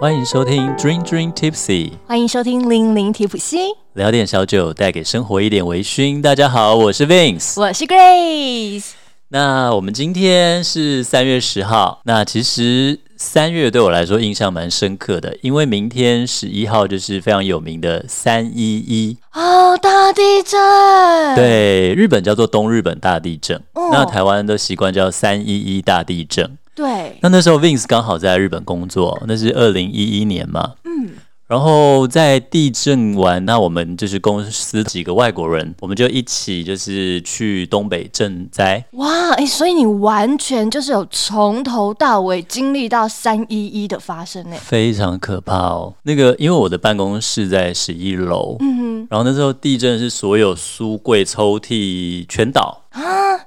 欢迎收听 Dream Dream Tipsy，欢迎收听零零提普西，聊点小酒，带给生活一点微醺。大家好，我是 Vince。我是 Grace。那我们今天是三月十号，那其实三月对我来说印象蛮深刻的，因为明天十一号就是非常有名的三一一。哦，大地震。，对，日本叫做东日本大地震，嗯哦那台湾的习惯叫三一一大地震。对，那那时候 Vince 刚好在日本工作，那是二零一一年嘛。嗯。然后在地震完，那我们就是公司几个外国人，我们就一起就是去东北赈灾。哇，哎，所以你完全就是有从头到尾经历到三一一的发生呢。非常可怕哦！那个，因为我的办公室在十一楼，嗯，然后那时候地震是所有书柜、抽屉全倒啊，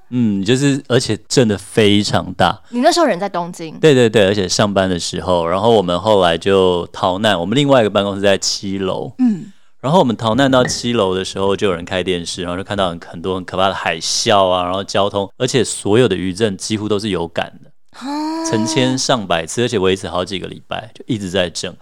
嗯，就是而且震的非常大，你那时候人在东京，对对对，而且上班的时候，然后我们后来就逃难，我们另外一个办公室在七楼，嗯，然后我们逃难到七楼的时候，就有人开电视，然后就看到很很多很可怕的海啸啊，然后交通，而且所有的余震几乎都是有感的，啊成千上百次，而且维持好几个礼拜，就一直在震。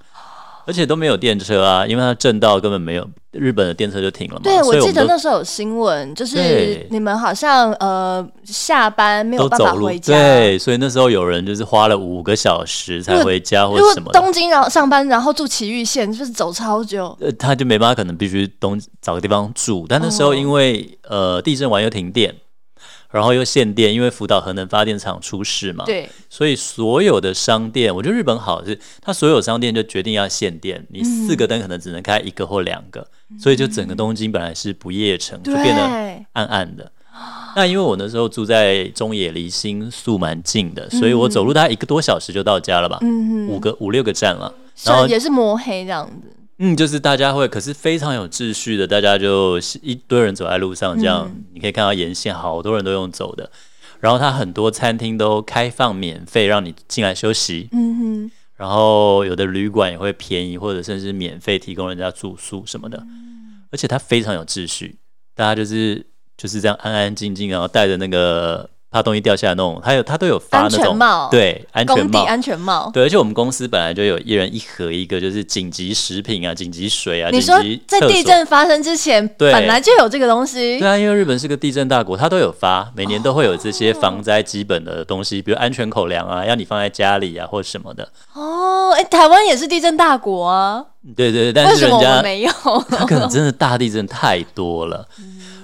而且都没有电车啊，因为它震到根本没有日本的电车就停了嘛，对所以我我记们得都那时候有新闻，就是对你们好像呃下班没有都办走法路，回家。对，所以那时候有人就是花了五个小时才回家或如者果什么的。东京然后上班，然后住埼玉县，就是走超久。呃，他就没办法，可能必须东找个地方住。但那时哦候因为、呃地震完又停电，然后又限电，因为福岛核能发电厂出事嘛，，对，所以所有的商店，我觉得日本好是，它所有商店就决定要限电，嗯你四个灯可能只能开一个或两个，所以就整个东京本来是不夜城，就变得对，暗暗的。那因为我那时候住在中野，离新宿蛮近的，所以我走路大概一个多小时就到家了吧，嗯嗯哼，五个五六个站了。然后算也是摸黑这样子。嗯，就是大家会，可是非常有秩序的，大家就是一堆人走在路上，这样、嗯你可以看到沿线好多人都用走的。然后它很多餐厅都开放免费让你进来休息，嗯然后有的旅馆也会便宜或者甚至免费提供人家住宿什么的。嗯而且它非常有秩序，大家就是就是这样安安静静，然后戴着那个怕东西掉下来那种，它有它都有发那安全种帽对安哼，全工地帽。安全 帽。对，而且我们公司本来就有一人一盒，一个就是紧急食品啊、紧急水啊、紧你说急在厕所。地震发生之前，对本来就有这个东西对。啊，因为日本是个地震大国，它都有发，每年都会有这些哦防灾基本的东西，比如安全口粮啊，要你放在家里啊，或什么的。哦，哎、台湾也是地震大国啊，对对对，但为是什人么我家们没有？ 他可能真的大地震太多了。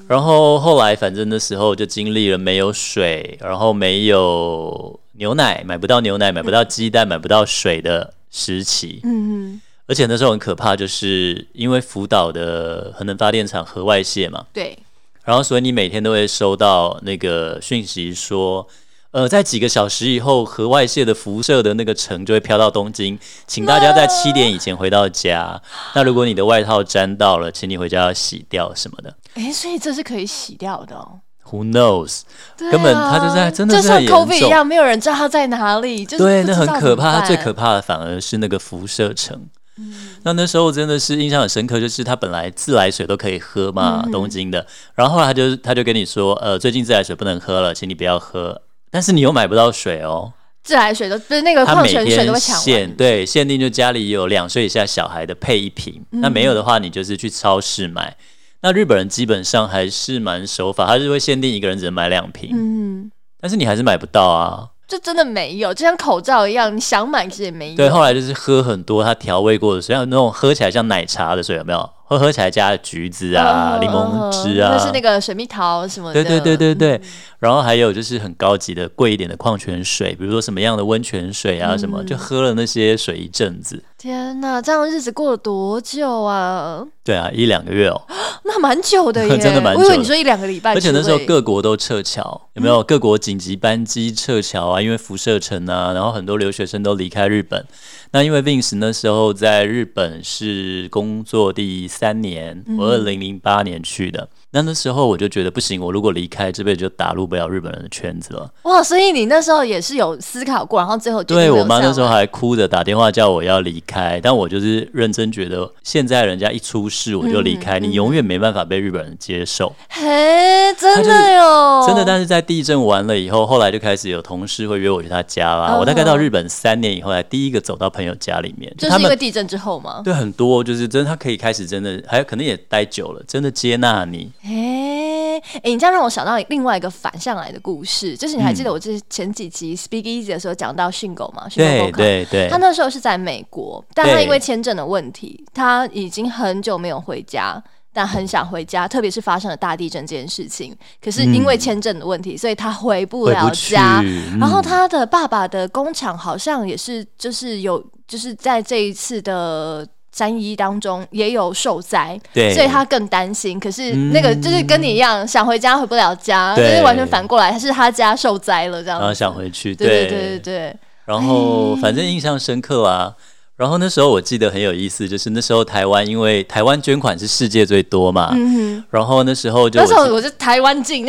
然后后来，反正那时候就经历了没有水，然后没有牛奶，买不到牛奶，买不到鸡蛋，买不到水的时期。嗯，而且那时候很可怕，就是因为福岛的核能发电厂核外泄嘛，对，然后所以你每天都会收到那个讯息说，呃，在几个小时以后，核外泄的辐射的那个尘就会飘到东京，请大家在七点以前回到家。那如果你的外套沾到了，请你回家要洗掉什么的。哎、所以这是可以洗掉的哦。 Who knows？对啊根本它就在真的就是像很严重 COVID 一样，没有人知道它在哪里，就是对，不那知很道可怕。它最怎么可怕的反而是那个辐射层。嗯那那时候真的是印象很深刻，就是它本来自来水都可以喝嗯嘛，东京的，然后后来他就他就跟你说，呃，最近自来水不能喝了，请你不要喝。但是你又买不到水哦，办自来水都不是那个他呃矿每泉水都天会抢完。限对限定，就家里有两岁以下小孩的配一瓶，嗯那没有的话，你就是去超市买。那日本人基本上还是蛮守法，他就会限定一个人只能买两瓶，嗯，但是你还是买不到啊。就真的没有，就像口罩一样，你想买其实也没有。对，后来就是喝很多它调味过的水，像那种喝起来像奶茶的水，有没有？会喝起来加橘子啊、嗯柠檬汁啊，就是那个水蜜桃什么的。对对对对对。然后还有就是很高级的、贵一点的矿泉水，比如说什么样的温泉水啊，什么、嗯就喝了那些水一阵子，天哪，这样日子过了多久啊？对啊，一两个月哦。那蛮 久的耶，真的蛮久的我以为你说一两个礼而拜之类，且那时候各国都撤侨，有嗯没有？各国紧急班机撤侨啊，因为辐射城啊，然后很多留学生都离开日本。那因为 Vince 那时候嗯在日本是工作第三年，我二零零八年去的。那那时候我就觉得不行，我如果离开，这辈子就打入不了日本人的圈子了。哇，所以你那时候也是有思考过，然后最后决定对留我妈下那时候来还哭着打电话叫我要离开，但我就是认真觉得，现在人家一出事我就离嗯开，你永远没办法被日本人接受。嘿，真就是的哟，真的，但是在地震完了以后，后来就开始有同事会约我去他家啦。嗯我大概到日本三年以后，才第一个走到朋友家里面，就他是因为们地震之后嘛。对很多就是真的，他可以开始真的，还有可能也待久了，真的接纳你。哎、哎，你这样让我想到另外一个反向来的故事，就是你还记嗯得我这前几集 Speak Easy 的时候讲到训狗吗？训狗对狗卡对对他，那时候是在美国，但他对因为签证的问题，他已经很久没有回家，但很想回家，特别是发生了大地震这件事情。可是因为签证的问题，所以他回不回了不去。家。嗯然后他的爸爸的工厂好像也是，就是有，就是在这一次的三一当中也有受灾，对，所以他更担心。可是那个就是跟你一样，想回家回不了家，就对呃是完全反过来，是他家受灾了这样然后子。想回去，对对对对对，然后反正印象深刻啦。然后那时候我记得很有意思，就是那时候台湾因为台湾捐款是世界最多嘛，嗯哼。然后那时候就那时我候记我是台湾进，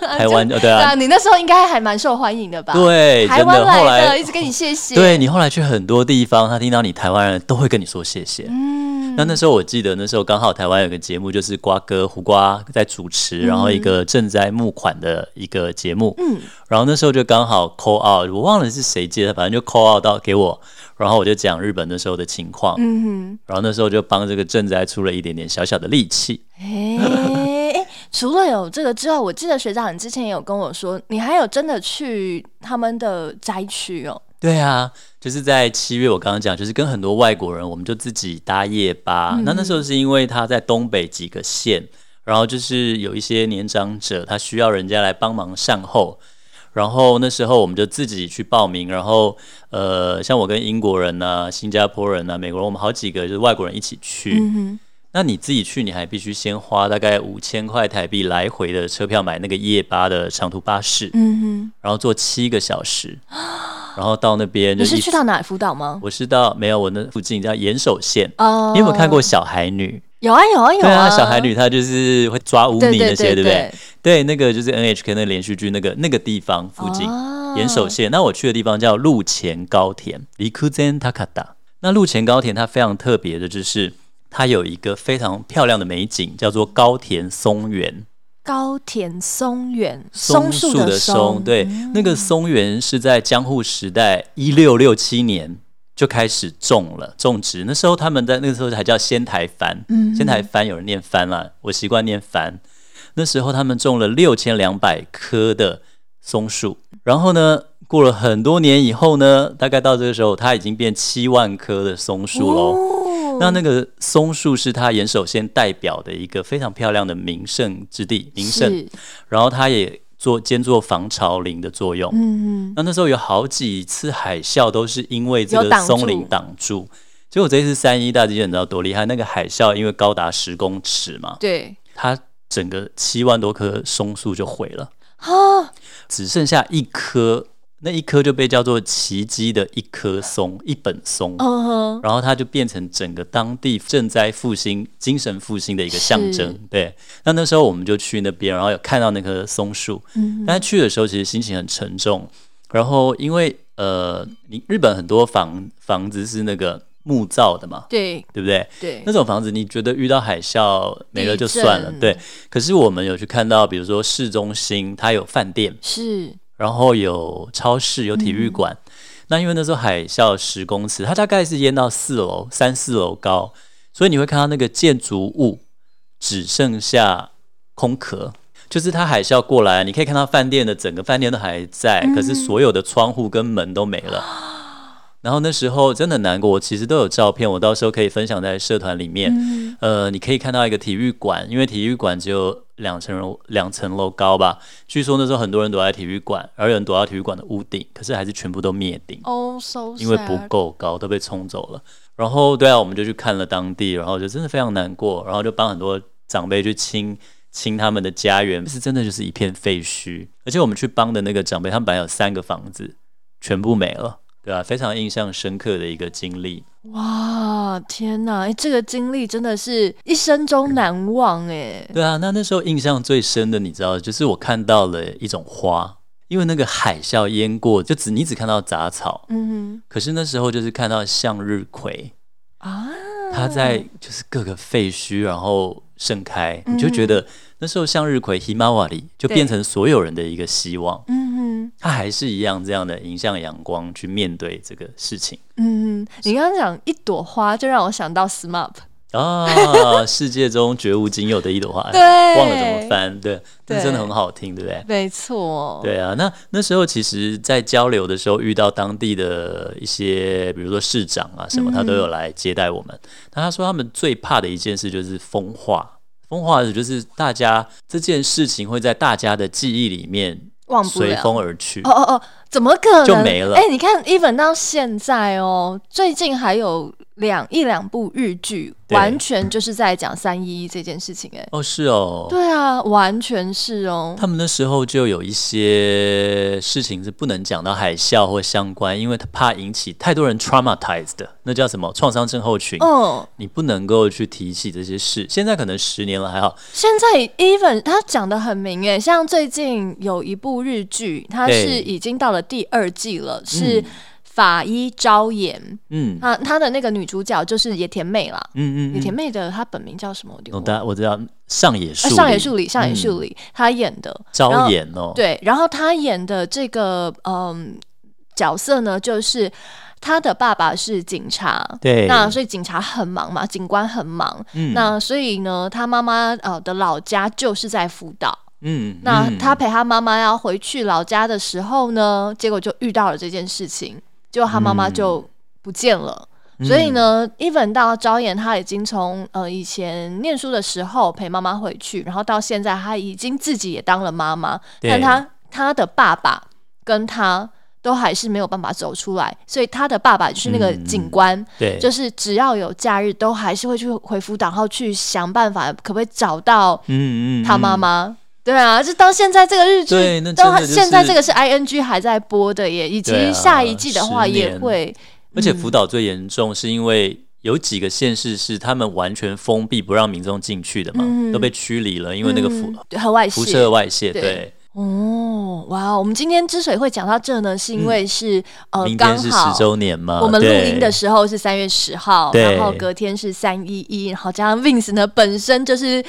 台湾哦对 对啊啊，，你那时候应该还蛮受欢迎的吧？，对，台真湾的后来的，来一直跟你谢谢。，对你后来去很多地方，他听到你台湾人都会跟你说谢谢。嗯，那那时候我记得，那时候刚好台湾有个节目，就是瓜哥胡瓜在主持，然后一个赈灾募款的一个节目。嗯，然后那时候就刚好 call out，我忘了是谁接的，反正就 call out 到给我，然后我就讲日本那时候的情况，嗯然后那时候就帮这个赈灾出了一点点小小的力气。哼，哎、哎除了有这个之外，我记得学长你之前也有跟我说，你还有真的去他们的灾区哦。对啊，就是在七月，我刚刚讲，就是跟很多外国人，我们就自己搭夜巴。那那时嗯候是因为他在东北几个县，然后就是有一些年长者，他需要人家来帮忙善后。然后那时候我们就自己去报名，然后呃，像我跟英国人呐、新加坡人啊呐、美国人，我们好几个就是外国人一起去。嗯那你自己去，你还必须先花大概五千块台币来回的车票买那个夜巴的长途巴士，哼，嗯哼，然后坐七个小时，然后到那边就你一是去到哪里辅导吗？我是到没有，我那附近叫岩手县。哦你有没有看过？《小孩女》有啊，有啊，有对啊，《小孩。女》她就是会抓污对泥对那些，对对不对？？对，那个就是 NHK 那连续剧那个那个地方附近，哦岩手县。那我去的地方叫陆前高田 l i k u z e n Takata）。那陆前高田它非常特别的就是，它有一个非常漂亮的美景，叫做高田松原。高田松原，松树树的松，松，嗯对，那个松原是在江户时代一六六七年就开始种了种植，那时候他们在那个时候还叫仙台藩，嗯，仙台藩有人念藩啦，我习惯念藩。那时候他们种了六千两百棵的松树，然后呢，过了很多年以后呢，大概到这个时候，它已经变七万棵的松树喽。哦那那个松树是它岩手县代表的一个非常漂亮的名胜之地，名胜是然后它也做兼做防潮林的作用。嗯，那那时候有好几次海啸都是因为这有个挡住松林挡住。结果这一次三一大地震，你知道多厉害？那个海啸因为高达十公尺嘛，对它整个七万多棵松树就毁了，啊，只剩下一棵，那一棵就被叫做奇迹的一棵松，一本松。嗯哼，然后它就变成整个当地赈灾复兴、精神复兴的一个象征是。对，那那时候我们就去那边，然后有看到那棵松树，嗯但是去的时候其实心情很沉重。然后因为呃，你日本很多房房子是那个木造的嘛，对对不对？对那，种房子你觉得遇到海啸没了就算了地，震对。可是我们有去看到，比如说市中心它有饭店，是然后有超市，有体育馆。那因为那时候海啸十公尺，它大概是淹到四楼、三四楼高，所以你会看到那个建筑物只剩下空壳。就是它海啸过来，你可以看到饭店的整个饭店都还在，可是所有的窗户跟门都没了。然后那时候真的很难过，我其实都有照片，我到时候可以分享在社团里面。呃，你可以看到一个体育馆，因为体育馆只有两层楼，两层楼高吧。据说那时候很多人躲在体育馆，而有人躲到体育馆的屋顶，可是还是全部都灭顶，哦，so 因为不 sad 够高，都被冲走了。然后对啊，我们就去看了当地，然后就真的非常难过，然后就帮很多长辈去清清他们的家园，是真的就是一片废墟。而且我们去帮的那个长辈，他们本来有三个房子，全部没了，对啊，非常印象深刻的一个经历。哇，天哪！哎，这个经历真的是一生中难忘哎。对啊，那那时候印象最深的，你知道，就是我看到了一种花，因为那个海啸淹过，就只你只看到杂草，嗯可是那时候就是看到向日葵，哼啊，它在就是各个废墟然后盛开，你就觉得那时候向日葵 himawari 就嗯对变成所有人的一个希望，嗯哼它还是一样这样的迎向阳光去面对这个事情。嗯哼，你刚刚讲一朵花，就让我想到 SMAP。啊，世界中绝无仅有的一朵花， 对忘了怎么翻，对，但是真的很好听，对不对？没错，对啊，那那时候其实，在交流的时候遇到当地的一些，比如说市长啊什么，他嗯都有来接待我们。那他说他们最怕的一件事就是风化，风化的就是大家这件事情会在大家的记忆里面忘不随了。风而去哦。哦哦，怎么可能就没了哎、你看，even 到现在哦，最近还有两一两部日剧，对完全就是在讲三一一这件事情、哎，哦，是哦，对啊，完全是哦。他们那时候就有一些事情是不能讲到海啸或相关，因为他怕引起太多人 traumatized，的那叫什么创伤症候群。嗯，你不能够去提起这些事。现在可能十年了还好，现在 even 他讲的很明哎，像最近有一部日剧，它对是已经到了第二季了，是法医昭妍，嗯她她的那个女主角就是野田妹啦，嗯嗯嗯野田妹的她本名叫什么？我有点哦，忘大家我知道上野树嗯啊里、上野树里，上野树里，她演的招演哦，对，然后她演的这个嗯角色呢，就是她的爸爸是警察，对那所以警察很忙嘛，警官很忙，嗯那所以呢，她妈妈呃的老家就是在福岛，嗯，那嗯她陪她妈妈要回去老家的时候呢，结果就遇到了这件事情，结果她妈嗯妈就不见了。所以呢，even 到昭妍，她已经从呃以前念书的时候陪妈妈回去，然后到现在，她已经自己也当了妈妈，对但她她的爸爸跟她都还是没有办法走出来，所以她的爸爸就是那个嗯警官，对，就是只要有假日都还是会去回辅导，然后去想办法，可不可以找到嗯嗯，她妈嗯。妈？对啊，就到现在这个日剧对那，真的到就是现在这个是 I N G 还在播的耶，以对啊及下一季的话十年也会。而嗯且福岛最严重是因为。有几个县市是他们完全封闭，不让民众进去的嘛，嗯都被驱离了，因为那个辐、嗯河外辐市射外泄，对对，哦，哇！我们今天之所以会讲到这呢，是因为是、呃，嗯明刚天是十好周年嘛，我们录对音的时候是三月十号，对然后隔天是三一一，然后加上 Vince 呢本身就是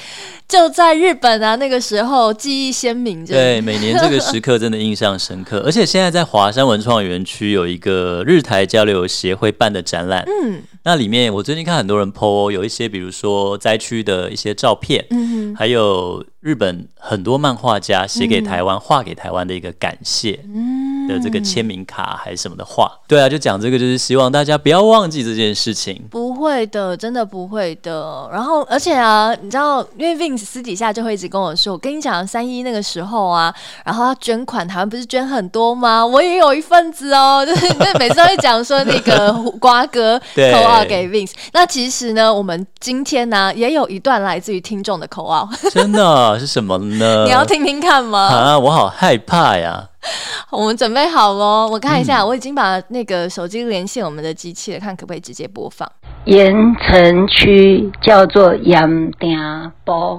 就在日本啊，那个时候记忆鲜明着。对，每年这个时刻真的印象深刻。而且现在在华山文创园区有一个日台交流协会办的展览，嗯那里面我最近看很多人 PO，有一些比如说灾区的一些照片，嗯还有日本很多漫画家写给台湾、画给台湾的一个感谢嗯的这个签名卡还是什么的画。对啊，就讲这个，就是希望大家不要忘记这件事 情。不会的，真的不会的。然后，而且啊，你知道，因为 Vince 私底下就会一直跟我说，我跟你讲，三一那个时候啊，然后他捐款，台湾不是捐很多吗？我也有一份子哦， 就是就是每次都会讲说那个瓜哥对口号给 Vince。那其实呢，我们今天呢、也有一段来自于听众的口号，真的啊是什么呢？你要听哦听看吗？啊？我好害怕呀！我们准备好喽，我看一下，我已经把那个手机连线我们的机器了，看可不可以直接播放。盐城区叫做盐埕 包，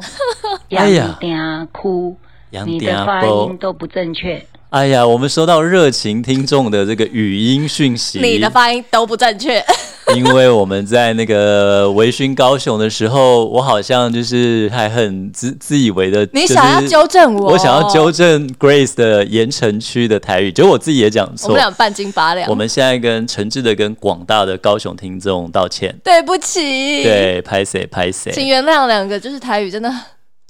哎盐呀埕区，杨你鼎的阿发波音都不正确。哎呀，我们收到热情听众的这个语音讯息，你的发音都不正确。因为我们在那个微醺高雄的时候，我好像就是还很自自以为的，你想要就是纠正我我想要纠正 Grace 的盐城区的台语，结果我自己也讲我错们。俩半斤八两。我们现在跟诚挚的跟广大的高雄听众道歉，对不起，，对，拍谁拍请谁，原谅两个就是台语真的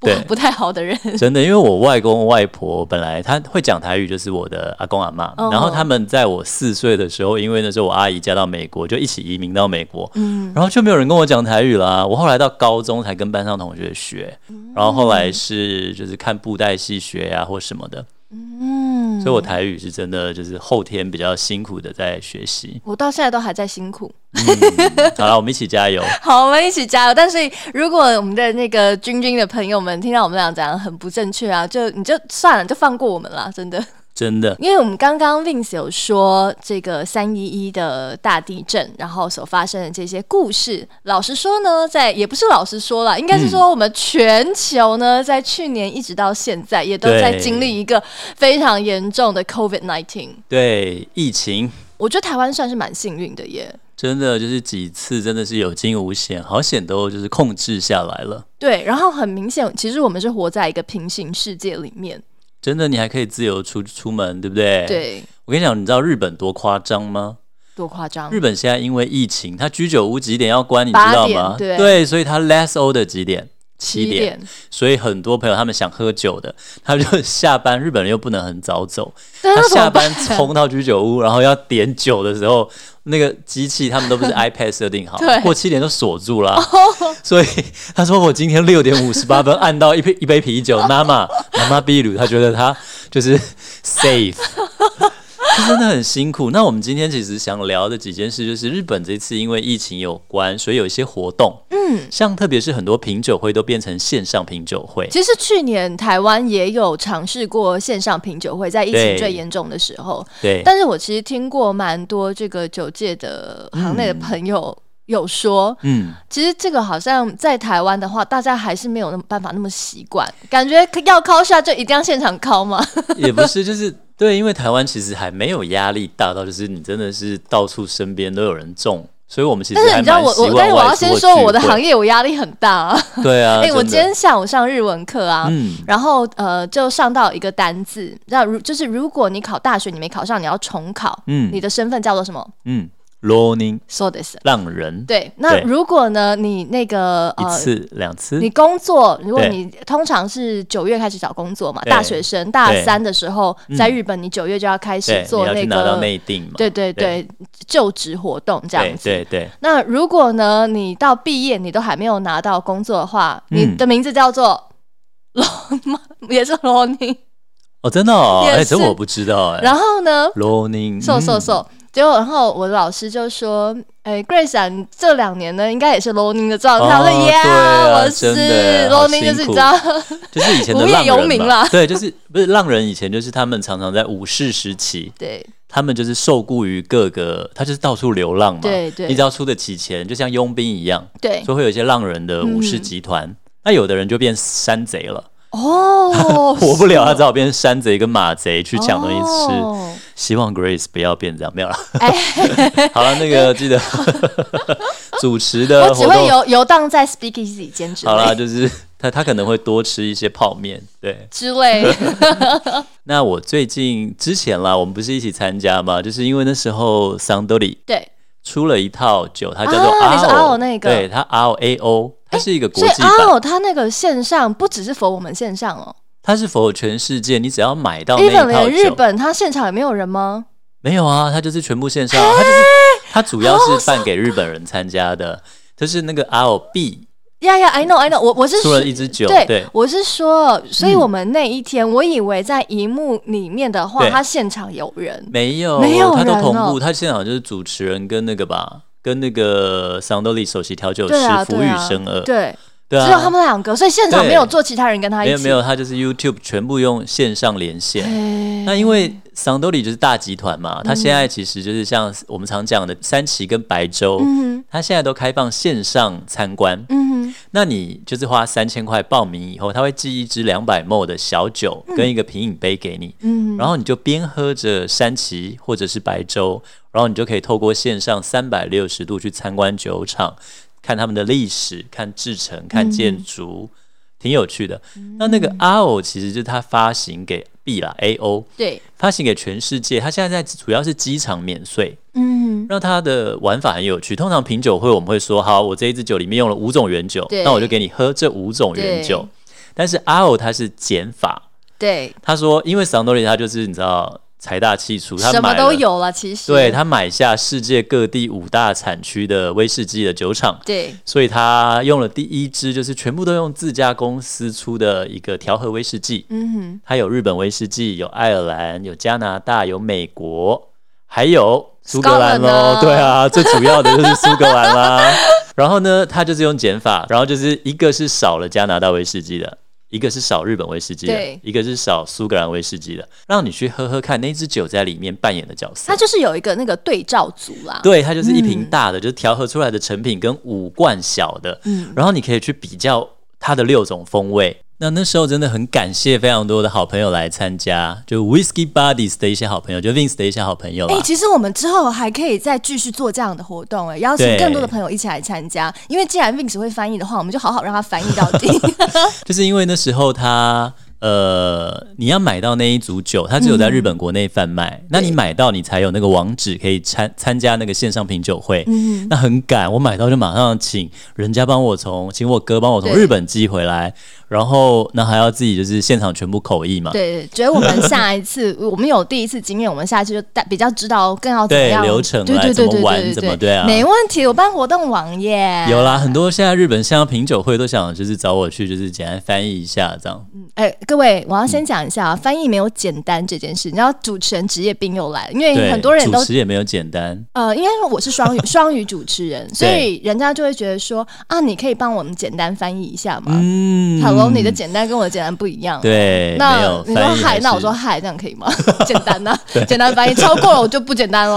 不对不太好的人。 真的，因为我外公外婆本来他会讲台语，就是我的阿公阿妈，哦然后他们在我四岁的时候，因为那时候我阿姨嫁到美国，就一起移民到美国，嗯，然后就没有人跟我讲台语啦、我后来到高中才跟班上同学学，嗯然后后来是就是看布袋戏学呀、或什么的，嗯。所以我台语是真的就是后天比较辛苦的在学习我到现在都还在辛苦。嗯好了，我们一起加 油。好，我们一起加油！但是如果我们的那个君君的朋友们听到我们俩讲得很不正确啊，就你就算了，就放过我们啦，真的。真的，因为我们刚刚 Vince 有说这个三一一的大地震，然后所发生的这些故事，老实说呢，在也不是老实说啦，应该是说嗯我们全球呢，在去年一直到现在，也都在对经历一个非常严重的 COVID nineteen。对疫情我觉得台湾算是蛮幸运的耶。真的就是几次真的是有惊无险，好险都就是控制下来了。对，然后很明显，其实我们是活在一个平行世界里面。真的，你还可以自由出出门，对不对？。对，我跟你讲，你知道日本多夸张吗？多夸张！日本现在因为疫情，它居酒屋几点要关，你知道吗？八点对所以它 less order 几点？七点。点，所以很多朋友他们想喝酒的，他就 下班，日本人又不能很早走，但他是怎下么办班？冲到居酒屋，然后要点酒的时候，那个机器他们 都不是 iPad 设定好对，哦过七点就锁住了啊、所以他说我今天六点五十八 分按到一杯一杯啤酒，妈妈妈妈秘鲁，他觉得他就是 safe。这真的很辛苦。那我们今天其实想聊的几件事，就是日本这次因为疫情有关，所以有一些活动，嗯，像特别是很多品酒会都变成线上品酒会，其实去年台湾也有尝试过线上品酒会，在疫情对最严重的时候，对，但是我其实听过蛮多这个酒界的行内的朋友有说，嗯，其实这个好像在台湾的话，大家还是没有那么办法那么习惯，感觉要敲下就一定要现场敲嘛。也不是，就是对，因为台湾其实还没有压力大到，就是你真的是到处身边都有人中，所以我们其实 但是还你知道蛮我希我，望但是我外要出先说我的聚会行，业我压力很大、啊。对啊， 哎、我真的今天下午上日文课啊，嗯然后呃，就上到一个单字，那如就是如果你考大学你没考上，你要重考，嗯你的身份叫做什么嗯 l o n i n s o d i s 浪人，对，那对如果呢，你那个一呃。次两次你，工作，如果对你通常是九月开始找工作嘛，对大学生大对三的时候，嗯在日本你九月就要开始对，你做要那去拿到个，内定嘛，对对对，就职活动这样对子。对对，那如果呢，你到毕业你都还没有拿到工作的话，嗯你的名字叫做罗， 也是罗尼。哦，真的哦，也哎，是这我不知道哎。嗯然后呢， l o n i n 瘦瘦，瘦，结果然后我的老师就说：“哎，Grace 啊，你这两年呢，应该也是 loaning 的状态。”我哦说：“耶对啊，我是真的好 loaning，就是辛你苦知道， 嗯就是以前的无业浪游人民嘛啦对，就是不是浪人以前就是他们常常在武士时期，对他们就是受雇于各个，他就是到处流浪嘛。对对你只要出得起钱，就像佣兵一样，对嗯所以会有一些浪人的武士集团。那有的人就变山贼了， 哦，活不了，他只好变山贼跟马贼去抢东西吃。哦哎希望 Grace 不要变这样，没有了。 好了，那个记得 主持的我只啊活会动。游游荡在 Speakeasy 兼职好啦，就是 他他可能会多吃一些泡面，对。之 类。那我最近之前啦，我们不是一起参加嘛，就是因为那时候桑多里对，出了一套酒，它叫做啊你说 RO RO 那个对，它 R O A O，它是一个国所以际版，哦，他那个线上不只是否我们线上哦它是否全世界你只要买到哦那一，even 套连日酒，本他现场也没有人吗？没有啊，它就是全部线上啊，它就是它主要是办给日本人参加的，就是那个 R O B 呀呀，I know I know，我我是出说了一支酒，对，对嗯我是说，所以我们那一天，我以为在荧幕里面的话，对他现场有人，没有，没有他都人同哦步。他现场就是主持人跟那个吧，跟那个桑多利首席调酒师对啊，福对玉啊生二，，对，对啊，只有他们两个，所以现场没有做其他人跟他没一有起，没有，他就是 YouTube 全部用线上连线。哎，那因为桑多利就是大集团嘛，嗯它现在其实就是像我们常讲的三旗跟白州，嗯它现在都开放线上参观。嗯那你就是花三千块报名以后，他会寄一支两百 ml 的小酒跟一个品饮杯给你，嗯，然后你就边喝着山崎或者是白粥，然后你就可以透过线上三百六十度去参观酒厂，看他们的历史、看制成、看建筑，嗯挺有趣的。那那个 RO 其实就是它发行给 B 啦 AO，对，发行给全世界，它现在在主要是机场免税。嗯那它的玩法很有趣。通常品酒会我们会说，好，我这一支酒里面用了五种原酒对，那我就给你喝这五种原酒。但是 RO 它是减法，对，他说，因为桑多利他就是你知道财大气粗，他什么买都了，有了，其实对他买下世界各地五大产区的威士忌的酒厂，对所以他用了第一支就是全部都用自家公司出的一个调和威士忌，嗯哼，它有日本威士忌，有爱尔兰，有加拿大，有美国，还有苏格兰 Scotland 喽 啊。对啊，最主要的就是苏格兰 啦。然后呢，它就是用减法，然后就是一个是少了加拿大威士忌的，一个是少日本威士忌的对，一个是少苏格兰威士忌的，让你去喝喝看那支酒在里面扮演的角色。它就是有一个那个对照组啦。对，它就是一瓶嗯大的，就是调和出来的成品跟五罐小的，嗯，然后你可以去比较它的六种风味。那那时候真的很感谢非常多的好朋友来参加，就 Whisky Buddies 的一些好朋友，就 Vince 的一些好朋友哎、啦。其实我们之后还可以再继续做这样的活动、哎，邀请对更多的朋友一起来参加。因为既然 Vince 会翻译的话，我们就好好让他翻译到底。就是因为那时候他呃，你要买到那一组酒，它只有在日本国内贩卖，嗯那你买到你才有那个网址可以参参加那个线上品酒会。嗯，那很赶，我买到就马上请人家帮我从，请我哥帮我从对日本寄回来，然后那还要自己就是现场全部口译嘛。 对，觉得我们下一次， 我们有第一次经验，我们下一次就带比较知道更要怎么对样流程对来对怎对么对玩对怎么对啊没问题，有办活动网耶。有啦，很多现在日本像品酒会都想就是找我去，就是简单翻译一下这样。哎、各位，我要先讲一下、啊，翻译没有简单这件事。你知道主持人职业病又来了，因为对，哎很多人都主持也没有简单，呃，应该说我是双语 双语主持人，所以人家就会觉得说啊，你可以帮我们简单翻译一下吗、嗯 h e l l o 你的简单跟我的简单不一样。。对，没那有你翻说译还嗨，那我是说嗨，这样可以 吗？简单呐、简单翻译超过了我就不简单喽。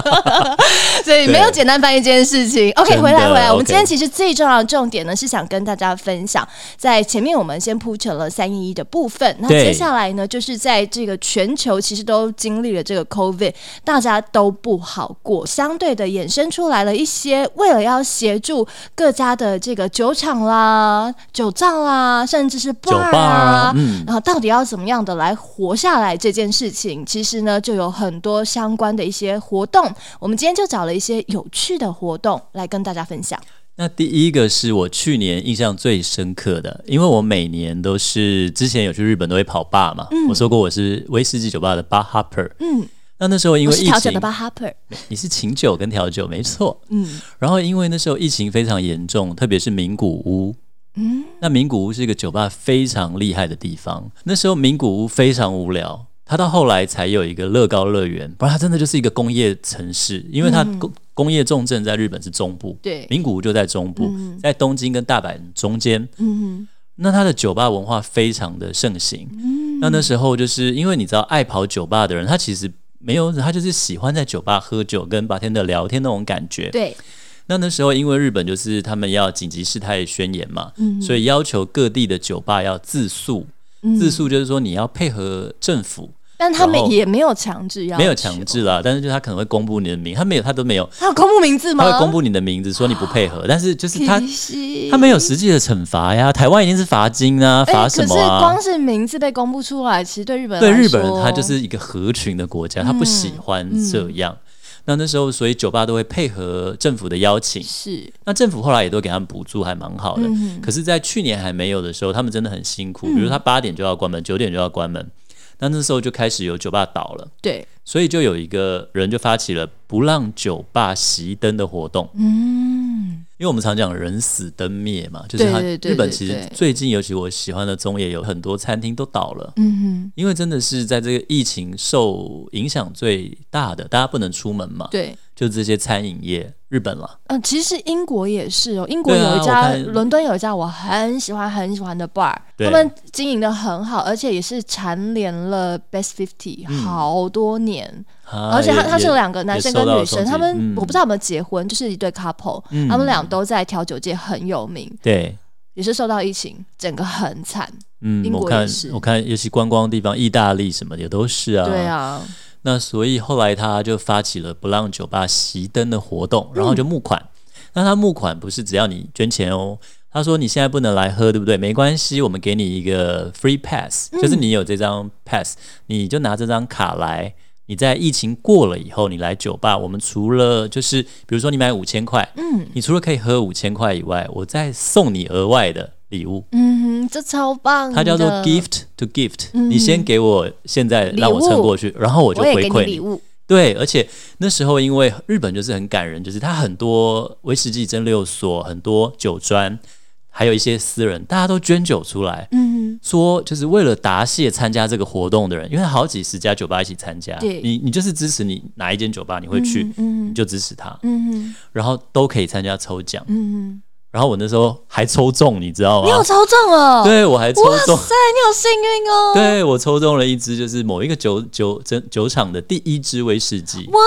所以没有简单翻译这件事情。OK，真的回来回来，我们 OK 今天其实最重要的重点呢是想跟大家分享，在前面我们先铺陈了三一一的部分，那对接下来呢就是在这个全球其实都经历了这个 COVID，大家都不好过，相对的衍生出来了一些为了要协助各家的这个酒厂啦、酒藏啦，甚至是 bar 酒吧啊，嗯，然后到底要怎么样的来活下来这件事情，其实呢就有很多相关的一些活动。我们今天就找了一些有趣的活动来跟大家分享。那第一个是我去年印象最深刻的，因为我每年都是之前有去日本都会跑吧嘛，我说过我是威士忌酒吧的 bar hopper。嗯，那那时候因我为是疫调酒的情，吧，Harper。你是琴酒跟调酒没错。嗯，然后因为那时候疫情非常严重，特别是名古屋。嗯，那名古屋是一个酒吧非常厉害的地方。那时候名古屋非常无聊，它到后来才有一个乐高乐园，不然它真的就是一个工业城市，因为它工工业重镇在日本是中部，嗯对名古屋就在中部，在东京跟大阪中间。嗯那它的酒吧文化非常的盛行。嗯那那时候就是因为你知道，爱跑酒吧的人，他其实没有，他就是喜欢在酒吧喝酒跟白天的聊天那种感觉。对，那那时候因为日本就是他们要紧急事态宣言嘛，嗯所以要求各地的酒吧要自诉。自诉就是说你要配合政府，但他然们后也没有强制要，没有强，制啦，但是就是他可能会公布你的名，他没有，他都没有，他有公布名字吗？他会公布你的名字，说你不配合，啊但是就是他提醒，他没有实际的惩罚呀，台湾一定是罚金啊，哎罚什么可是啊光？是名字被公布出来，其实对日本对来日本人，说他就是一个合群的国家，他不喜欢这嗯样。那那时候，所以酒吧都会配合政府的邀请，是那政府后来也都给他们补助，还蛮好的。嗯可是，在去年还没有的时候，他们真的很辛苦。比如他八点就要关门，九点就要关门，那那时候就开始有酒吧倒了，对，所以就有一个人就发起了不让酒吧熄灯的活动。嗯，因为我们常讲人死灯灭嘛，就是他对对对日本其实对对最近，尤其我喜欢的中野有很多餐厅都倒了。嗯因为真的是在这个疫情受影响最大的，大家不能出门嘛哼，，对。就这些餐饮业，日本了，嗯，其实英国也是哦，英国对啊有一我家，看伦敦有一家我很喜欢很喜欢的 bar，对他们经营的很好，而且也是蝉联了 Best Fifty 好多年，嗯啊而且他也他是有也两个男生也跟受到女生，冲击他们、嗯我不知道有没有结婚，就是一对 couple，、嗯他们俩都在调酒界很有名，对，也是受到疫情整个很惨，嗯英，我国看也是我看，尤其观光地方，意大利什么的也都是啊。对。啊，那所以后来他就发起了不让酒吧熄灯的活动，嗯然后就募款。那他募款不是只要你捐钱哦，他说你现在不能来喝，对不对？没关系，我们给你一个 free pass，、就是嗯你有这张 pass，你就拿这张卡来。你在疫情过了以后，你来酒吧，我们除了就是比如说你买五千块，嗯你除了可以喝五千块以外，我再送你额外的礼物。嗯哼，这超棒的，它叫做 gift to gift，、嗯你先给我现在礼让我撑物过去，然后我就我也回给馈你礼物，对，而且那时候因为日本就是很感人，就是它很多威士忌蒸馏所、很多酒庄，还有一些私人，大家都捐酒出来，嗯说就是为了答谢参加这个活动的人，因为好几十家酒吧一起参加，对你你就是支持你哪一间酒吧你会去，嗯你哼就支持他，嗯哼然后都可以参加抽奖。嗯哼然后我那时候还抽中，你知道吗你？有抽中了，，啊对，我还抽哇中，塞，你好幸运哦，，对我抽中了一支，就是某一个酒酒酒酒厂的第一支威士忌，哇，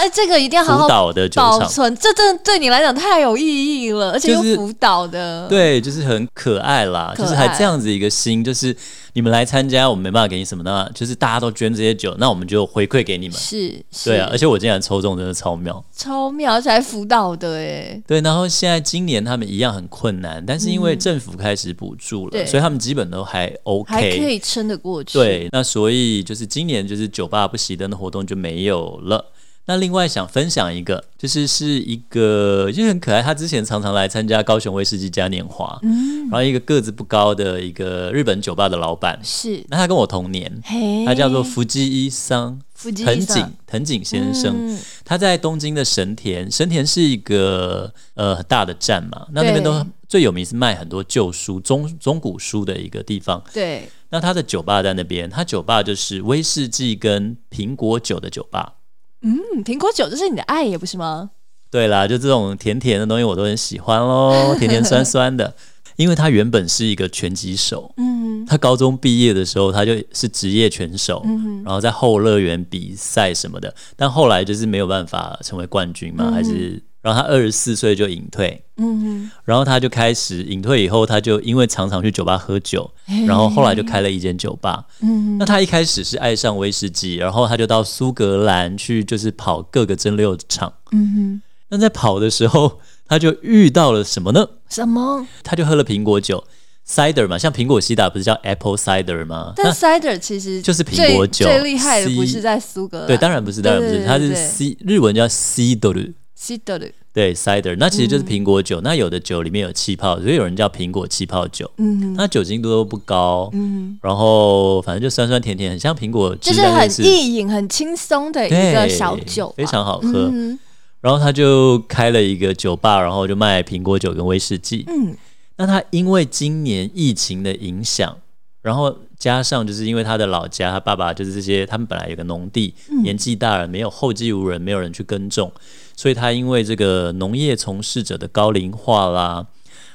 哎，这个一定要好福好岛的酒保厂，存，这真的对你来讲太有意义了，而且又就是辅导的，对，就是很可爱啦，可就是还爱这样子一个心，就是你们来参加，我们没办法给你什么，那就是大家都捐这些酒，那我们就回馈给你们。是，是对啊，而且我竟然抽中，真的超妙。超妙，而且还辅导的，哎，对，然后现在今年他们一样很困难，但是因为政府开始补助了，嗯对所以他们基本都还 OK。还可以撑得过去，对，那所以就是今年就是酒吧不熄灯的活动就没有了。那另外想分享一个，就是是一个就是很可爱，他之前常常来参加高雄威士忌嘉年华，嗯然后一个个子不高的一个日本酒吧的老板，是，那他跟我同年，嘿，他叫做福基一桑，腹肌藤井藤井先生，嗯他在东京的神田，神田是一个呃很大的站嘛，那那边对都最有名是卖很多旧书、中中古书的一个地方。对，那他的酒吧在那边，他酒吧就是威士忌跟苹果酒的酒吧。嗯，苹果酒这是你的爱也不是吗？对啦，就这种甜甜的东西我都很喜欢喽，甜甜酸酸的。因为他原本是一个拳击手，嗯，他高中毕业的时候他就是职业拳手，然后在后乐园比赛什么的，但后来就是没有办法成为冠军嘛，还是然后他二十四岁就隐退，嗯，然后他就开始隐退以后，他就因为常常去酒吧喝酒，哎然后后来就开了一间酒吧。嗯，那他一开始是爱上威士忌，然后他就到苏格兰去，就是跑各个蒸馏厂。嗯哼，那在跑的时候，他就遇到了什么呢？什么？他就喝了苹果酒 cider 嘛，像苹果西打不是叫 apple cider 吗？但 cider 其实就是苹最果酒最厉害的不 C- 是在苏格兰，那对，当然不是，当然不是，对它对是对 c 日文叫 cider。 cider，对，cider，那其实嗯就是苹果酒。那有的酒里面有气泡，所以有人叫苹果气泡酒。嗯，它酒精度都不高，嗯，然后反正就酸酸甜甜，很像苹果汁，就是但很是易饮、很轻松的一对个小酒吧，非常好喝。嗯然后他就开了一个酒吧，然后就卖苹果酒跟威士忌。嗯，那他因为今年疫情的影响，然后加上就是因为他的老家，他爸爸就是这些，他们本来有个农地，年纪大了没有后继无人，没有人去耕种，所以他因为这个农业从事者的高龄化啦，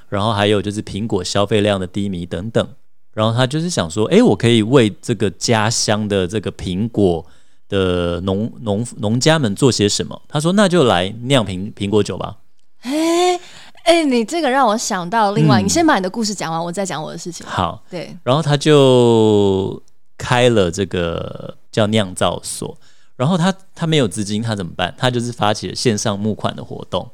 然后还有就是苹果消费量的低迷等等，然后他就是想说，诶，我可以为这个家乡的这个苹果。的农农农家们做些什么？他说：“那就来酿苹苹果酒吧。”哎哎，你这个让我想到另外，嗯你先把你的故事讲完，我再讲我的事情。好，对，然后他就开了这个叫酿造所。然后他他没有资金，他怎么办？他就是发起了线上募款的活动。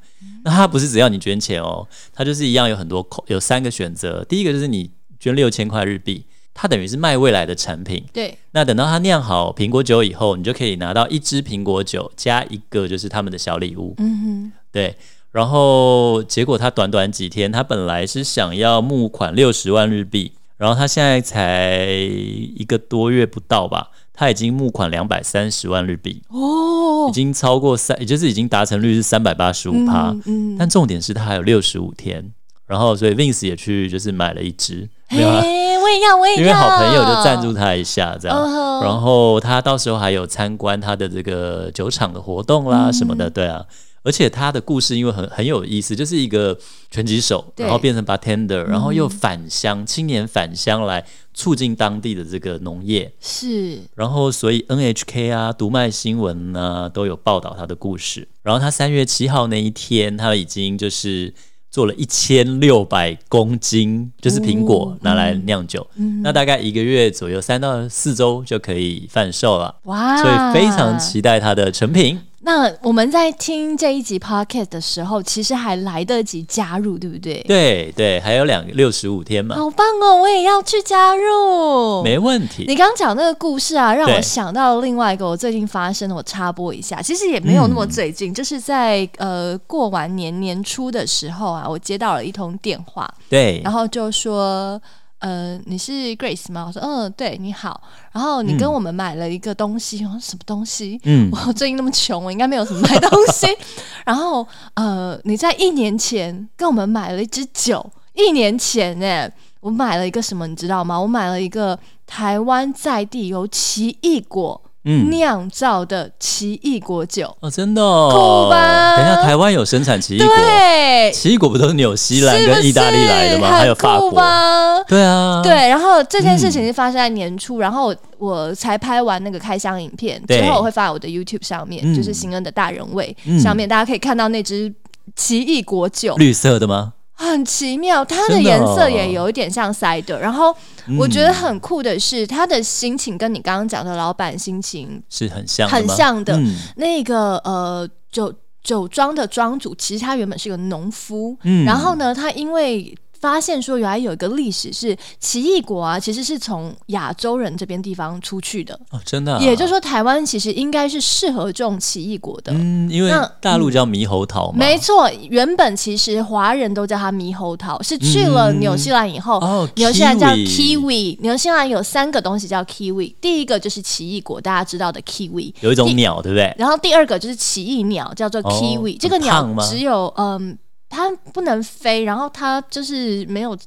那他不是只要你捐钱哦，他就是一样有很多口有三个选择。第一个就是你捐六千块日币，他等于是卖未来的产品。对，那等到它酿好苹果酒以后，你就可以拿到一支苹果酒加一个就是他们的小礼物。嗯对，然后结果他短短几天，他本来是想要募款六十万日币，然后他现在才一个多月不到吧，他已经募款两百三十万日币，哼，哦已，经超过三，也就是已经达成率是三百八十五趴。嗯，但重点是他还有六十五天，然后所以 Vince 也去就是买了一支，没有啦啊哎，我也要，我也要，因为好朋友就赞助他一下这样，嗯哼然后他到时候还有参观他的这个酒厂的活动啦嗯什么的，对啊。而且他的故事因为很很有意思，就是一个拳击手，对嗯然后变成 bartender，然后又返乡，青年返乡来促进当地的这个农业，是，然后所以 NHK 啊、读卖新闻啊都有报道他的故事。然后他三月七号那一天，他已经就是做了一千六百公斤，就是苹哦果拿来酿酒，嗯那大概一个月左右，三到四周就可以贩售了。哇，所以非常期待它的成哦品。那我们在听这一集 podcast 的时候，其实还来得及加入，对不对？对对，还有两六十五天嘛，好棒哦！我也要去加入。没问题。你刚讲那个故事啊，让对我想到另外一个我最近发生的，我插播一下。其实也没有嗯那么最近，就是在呃过完年年初的时候啊，我接到了一通电话，对然，后就说。呃，你是 Grace 吗？我说，嗯，对，你好。然后你跟嗯我们买了一个东西，我说什么东西？嗯我 最近那么穷，我应该没有什么买东西。 然后呃，你在一年前跟我们买了一支酒，一年前哎，我买了一个什么，你知道吗？我买了一个台湾在地由奇异果嗯，酿造的奇异果酒。哦，真的、哦，酷吧等一下，台湾有生产奇异果，对，奇异果不都是纽西兰是不跟意大利来的吗？是还有法很酷国，吧？对啊，对，然后这件事嗯情是发生在年初，然后我我才拍完那个开箱影片，对之后我会放在我的 YouTube 上面，嗯就是邢恩的大人味、嗯上面，大家可以看到那只奇异果酒，绿色的吗？很奇妙，它的真的颜哦色也有一点像塞的。然后嗯我觉得很酷的是，它的心情跟你刚刚讲的老板心情是很像的吗，很像的嗯那个呃酒酒庄的庄主，其实他原本是个农夫，嗯然后呢，他因为发现说原来有一个历史是奇异果啊，其实是从亚洲人这边地方出去的，哦，真的啊、也就是说台湾其实应该是适合种奇异果的。嗯，因为那大陆叫猕猴桃嘛，没错，原本其实华人都叫它猕猴桃，是去了嗯纽西兰以后，哦纽西兰叫 kiwi kiwi，纽西兰有三个东西叫 kiwi，第一个就是奇异果，大家知道的 kiwi，有一种第鸟，对不对？然后第二个就是奇异鸟，叫做哦 kiwi，、很这个鸟胖吗只有嗯，它不能飞，然后它就是没有。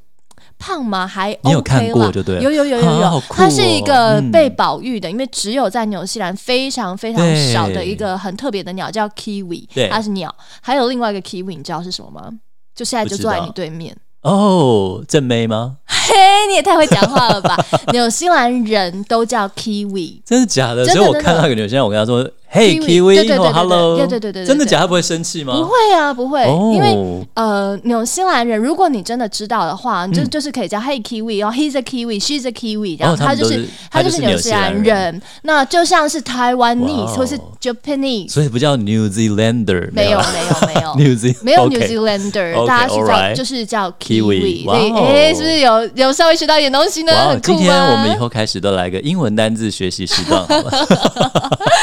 胖吗？还 OK 你有看过啦就对了有有有有有，啊好酷哦它是一个嗯被保育的，因为只有在纽西兰非常非常对少的一个很特别的鸟叫 kiwi，对它是鸟。还有另外一个 kiwi，你知道是什么吗？就现在就不知坐在道你对面，哦，正妹吗？嘿，你也太会讲话了 吧！纽西兰人都叫 kiwi，真的假的？真的所以我真的看到一个纽西兰，我跟他说，Hey Kiwi， Kiwi，对对对或对对 Hello，对对对对对真的假的？他不会生气吗？不会啊，不会，哦，因为呃，纽西兰人，如果你真的知道的话，你就、就是可以叫 Hey Kiwi，然后 He's a Kiwi, She's a Kiwi，然后嗯哦他们就都是是他就就是是纽纽西西兰兰人人，那就像是 Taiwanese 哇哦或是 Japanese，所以不叫 New Zealander，没有啦没有没 有。New Zealand，没有 New OK Zealander，、 OK，大家是叫 alright 就是叫 Kiwi，所以哇哦哎，是不是有有稍微学到一点东西呢？哇哦，很酷今天吗我们以后开始都来个英文单字学习时段好了。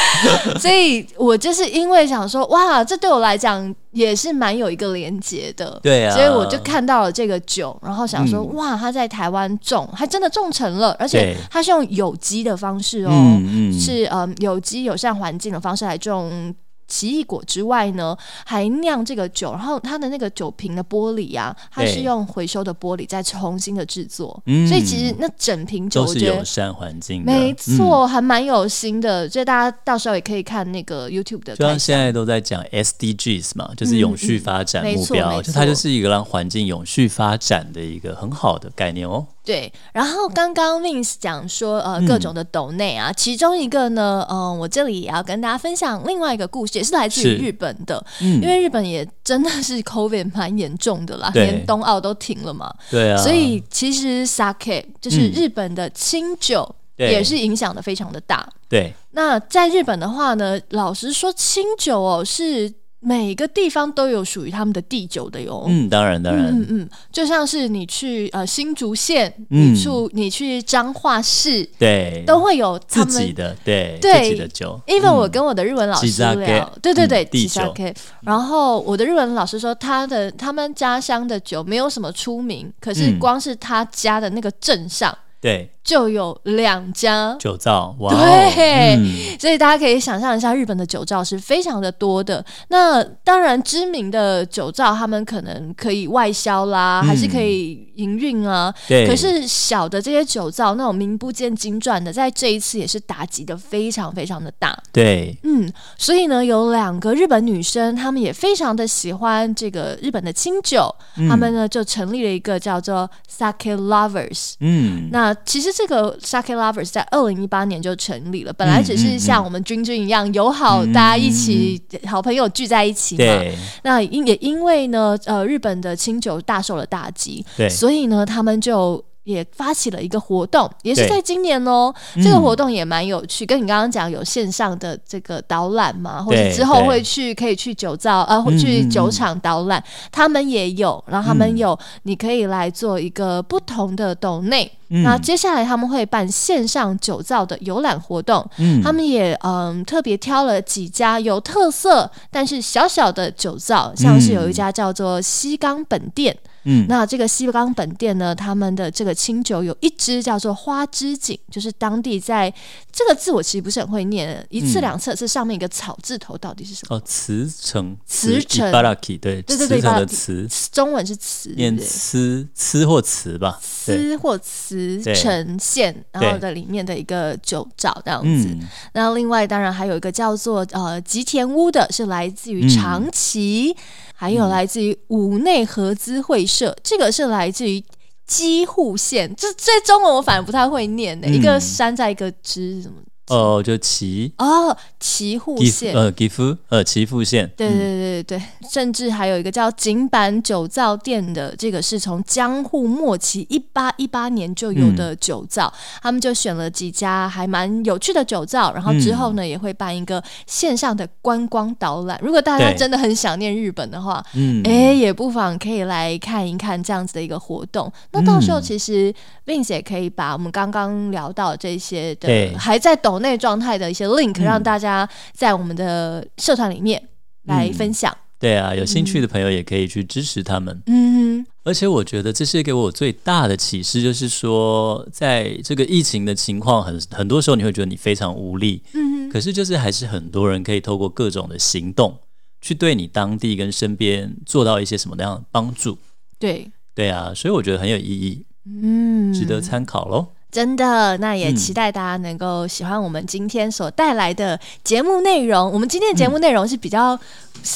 所以我就是因为想说，哇，这对我来讲也是蛮有一个连接的，对啊所以我就看到了这个酒，然后想说，嗯哇，它在台湾种，还真的种成了，而且对它是用有机的方式哦，嗯嗯是嗯有机友善环境的方式来种。奇异果之外呢，还酿这个酒，然后它的那个酒瓶的玻璃啊，它是对用回收的玻璃再重新的制作，嗯所以其实那整瓶酒都我是觉得友善环境的，没嗯。错，还蛮有心的，所以大家到时候也可以看那个 YouTube 的就开像现箱。在都在讲 SDGs 嘛，就是永续发展嗯嗯没目错标，没就它错就是一个让环境永续发展的一个很好的概念哦。对，然后刚刚 Vince 讲说，呃，各种的抖内嗯啊，其中一个呢，嗯、我这里也要跟大家分享另外一个故事，也是来自于是日本的，嗯因为日本也真的是 COVID 蛮严重的啦，对连冬奥都停了嘛，对啊，所以其实 sake 就是嗯日本的清酒，对也是影响的非常的大。对，那在日本的话呢，老实说，清酒哦是每个地方都有属于他们的地酒的哟。嗯，当然当然，嗯嗯，就像是你去呃新竹县，嗯你去你去彰化市，对，都会有他自们己的，对，对自己的酒。 even 嗯我跟我的日文老师聊 Chizake，，对对对，嗯地酒 Chizake 然后我的日文老师说，他的他们家乡的酒没有什么出名，可是嗯光是他家的那个镇上对就有两家酒造，哇哦，对嗯所以大家可以想象一下，日本的酒造是非常的多的。那当然，知名的酒造他们可能可以外销啦，嗯还是可以营运啊。对，可是小的这些酒造，那种名不见经传的，在这一次也是打击的非常非常的大。对，嗯，所以呢，有两个日本女生，她们也非常的喜欢这个日本的清酒，嗯她们呢就成立了一个叫做 Sake Lovers。嗯，那其实这个 Sake Lovers 在二零一八年就成立了，本来只嗯是像我们君君一样友好，嗯嗯大家一起、好朋友聚在一起嗯嘛。对那因也因为呢，呃，日本的清酒大受了打击，对，所以呢，他们就。也发起了一个活动，也是对在今年哦。嗯这个活动也蛮有趣，跟你刚刚讲有线上的这个导览嘛，或者对之后会去可以去酒造呃，会去嗯嗯酒厂导览，他们也有，然后他们嗯有、你可以来做一个不同的斗内，嗯那接下来他们会办线上酒造的游览活动，嗯他们也嗯特别挑了几家有特色但是小小的酒造，像是有一家叫做西冈本店。嗯那这个西冈本店呢，他们的这个清酒有一支叫做花之井，就是当地在这个字我其实不是很会念，一嗯次两次是上面一个草字头到底是什么？哦，慈城，慈城 b a r a k i 对，对对对慈城的 Ibaraki 慈，中文是词，对念不对慈，慈或慈吧，对，词或词，茨对城县，然后对的里面的一个酒窖这样子。嗯，那另外当然还有一个叫做呃吉田屋的，是来自嗯于长崎，还有来自于五内合资会社，这个是来自于基户县。这这中文我反而不太会念的、嗯一个山在一个之什么哦，就岐哦，岐户岐阜县。呃岐阜呃岐阜县，对嗯对对对对，甚至还有一个叫井坂酒造店的，这个是从江户末期一八一八年就有嗯的酒造，他们就选了几家还蛮有趣的酒造，然后之后嗯呢、也会办一个线上的观光导览。如果大家对真的很想念日本的话，嗯，哎，也不妨可以来看一看这样子的一个活动。那到时候嗯其实 Vince 也可以把我们刚刚聊到这些的对还在抖内状态的一些 link，、嗯让大家在我们的社团里面嗯来分享。对啊，有兴趣的朋友也可以去支持他们。嗯而且我觉得这是给我最大的启示，就是说，在这个疫情的情况很很多时候，你会觉得你非常无力，嗯可是就是还是很多人可以透过各种的行动，去对你当地跟身边做到一些什么样的帮助。对，对啊，所以我觉得很有意义，嗯，值得参考 喽。真的，那也嗯期待大家能够喜欢我们今天所带来的节目内容。我们今天嗯的节目内容是比较、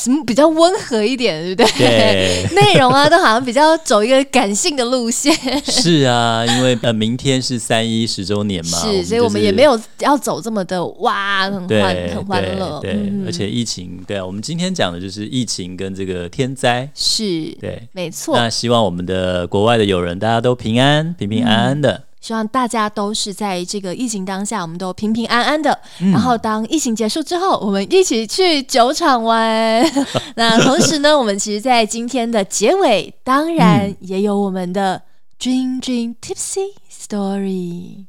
嗯、比较温和一点，对不对？，对 内容啊，都好像比较走一个感性的路线。是啊，因为呃，明天是三一十周年嘛，是，所以我们就是也没有要走这么的哇，很对欢很欢乐，嗯对，对而且疫情，对啊，我们今天讲的就是疫情跟这个天灾，是，对。没错。那希望我们的国外的友人，大家都平安、平平安安的。希望大家都是在这个疫情当下，我们都平平安安的。嗯然后当疫情结束之后，我们一起去酒 厂玩。那同时呢，我们其实，在今天的结尾，当嗯然也有我们的 Dream Dream Tipsy Story。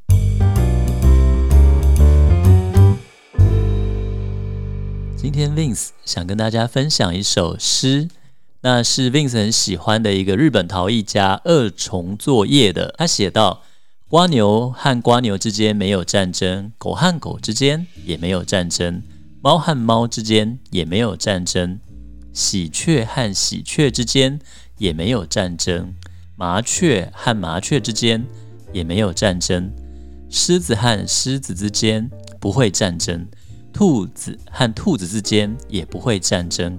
今天 Vince 想跟大家分享一首诗，那是 Vince 很喜欢的一个日本陶艺家二重作业的。他写道：“瓜牛和瓜牛之间没有战争，狗和狗之间也没有战争，猫和猫之间也没有战争，喜鹊和喜鹊之间也没有战争，麻雀和麻雀之间也没有战争，狮子和狮子之间不会战争。”兔子和兔子之间也不会战争，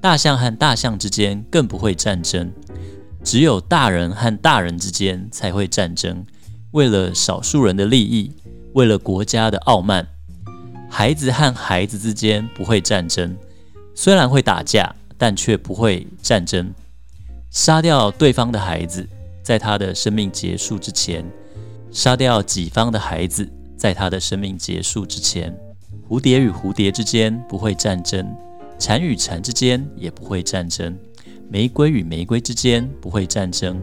大象和大象之间更不会战争，只有大人和大人之间才会战争。为了少数人的利益，为了国家的傲慢，孩子和孩子之间不会战争，虽然会打架，但却不会战争。杀掉对方的孩子，在他的生命结束之前；杀掉己方的孩子，在他的生命结束之前。蝴蝶与蝴蝶之间不会战争，蝉与蝉之间也不会战争，玫瑰与玫瑰之间不会战争，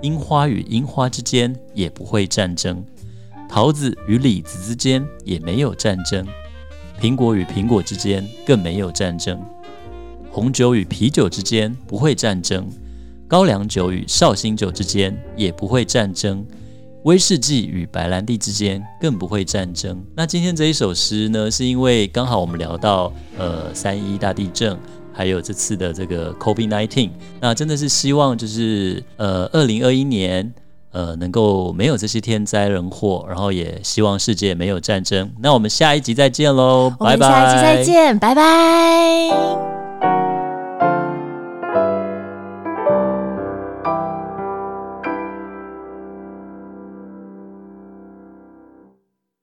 樱花与樱花之间也不会战争，桃子与李子之间也没有战争，苹果与苹果之间更没有战争，红酒与啤酒之间不会战争，高粱酒与绍兴酒之间也不会战争。威士忌与白兰地之间更不会战争。那今天这一首诗呢，是因为刚好我们聊到呃三一大地震，还有这次的这个 COVID nineteen，那真的是希望就是呃二零二一年呃能够没有这些天灾人祸，然后也希望世界没有战争。那我们下一集再见喽，我拜们拜下一期再见，拜拜